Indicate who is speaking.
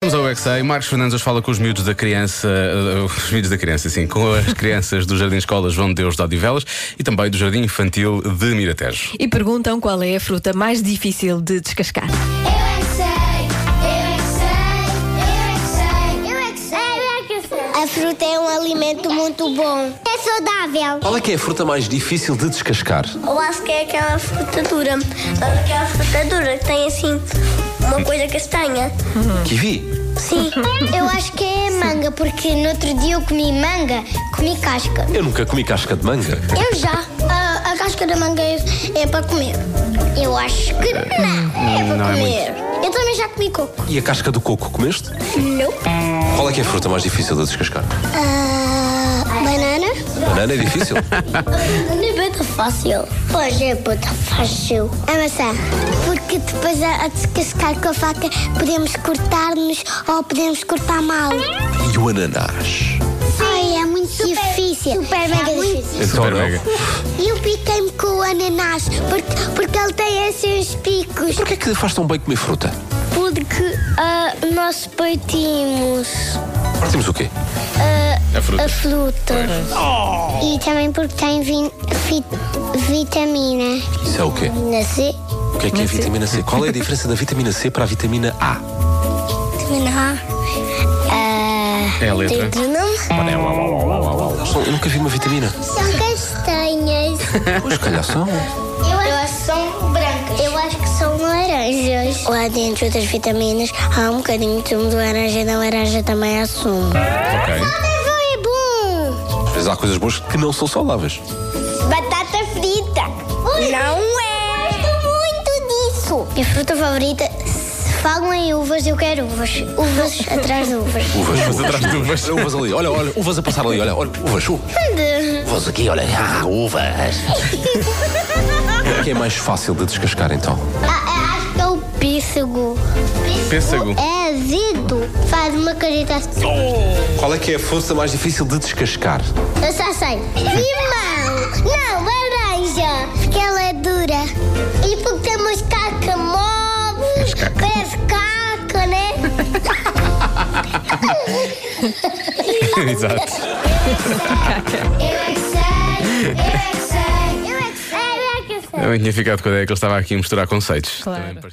Speaker 1: Eu é que sei. Marcos Fernandes hoje fala com os miúdos da criança, eh, os miúdos da criança, sim, com as crianças do Jardim Escola João de Deus de Odivelas e também do Jardim Infantil de Miratejo.
Speaker 2: E perguntam qual é a fruta mais difícil de descascar.
Speaker 3: Eu é que sei, eu é que sei, eu é que sei, eu é que sei, eu é que sei. A fruta é um alimento muito bom. É saudável.
Speaker 4: Qual é que é a fruta mais difícil de descascar?
Speaker 3: Eu acho que é aquela fruta dura. Aquela fruta dura que tem assim uma coisa castanha.
Speaker 4: Kiwi?
Speaker 3: Sim. Eu acho que é manga, porque no outro dia eu comi manga, comi casca.
Speaker 4: Eu nunca comi casca de manga.
Speaker 3: Eu já. A, casca da manga é, para comer. Eu acho que não. É para
Speaker 1: Não é
Speaker 3: comer. eu também já comi coco.
Speaker 4: E a casca do coco comeste?
Speaker 3: Não.
Speaker 4: Qual é que é a fruta mais difícil de descascar?
Speaker 3: Ah, banana?
Speaker 4: Banana é difícil?
Speaker 3: Não é muito fácil. É, Pois é, muito fácil. A maçã. Porque depois a, a descascar com a faca podemos cortar-nos ou podemos cortar mal.
Speaker 4: E o ananás?
Speaker 3: Ai, é muito difícil. Super mega difícil.
Speaker 4: Então
Speaker 1: Super
Speaker 4: não.
Speaker 1: mega.
Speaker 3: E eu piquei-me com o ananás porque, porque ele tem esses picos.
Speaker 4: Porquê é que faz tão bem comer fruta?
Speaker 3: Porque ah, nós partimos
Speaker 4: Partimos o quê?
Speaker 1: A fruta.
Speaker 3: a fruta. E também porque tem vitamina.
Speaker 4: Isso é o quê?
Speaker 3: Vitamina C.
Speaker 4: O que é que é a vitamina C? Qual é a diferença da vitamina C para a vitamina A?
Speaker 3: Vitamina A.
Speaker 1: É a letra.
Speaker 4: São- Eu nunca vi uma vitamina.
Speaker 3: São castanhas.
Speaker 4: Pois, se calhar são.
Speaker 3: Eu acho, que são brancas. Eu acho que são laranjas. Lá dentro das vitaminas há um bocadinho de sumo de laranja e da laranja também há sumo.
Speaker 1: Ok.
Speaker 3: Saudável é bom.
Speaker 4: Mas há coisas boas que não são saudáveis.
Speaker 3: Batata frita. Não é. Gosto muito disso. Minha fruta favorita, se falam em uvas, eu quero uvas. Uvas atrás de uvas.
Speaker 4: Uvas,
Speaker 1: Mas atrás de uvas.
Speaker 4: Uvas ali, olha, olha, uvas a passar ali, olha, olha, uvas, uh, uvas aqui, olha, ah, uvas. O que é mais fácil de descascar então?
Speaker 3: Acho que é o pêssego.
Speaker 1: Pêssego.
Speaker 3: É azedo. Faz uma careta assim.
Speaker 4: Qual é que é a força mais difícil de descascar?
Speaker 3: Eu só sei. Limão! Não, laranja! Porque ela é dura. E porque temos caca mole, parece caca, né? é
Speaker 1: Exato.
Speaker 3: Eu é que sei, eu é que sei, eu é que sei, eu é que sei.
Speaker 1: Eu tinha ficado com a ideia que ele estava aqui a misturar conceitos.
Speaker 2: Claro.
Speaker 1: Também me parecia.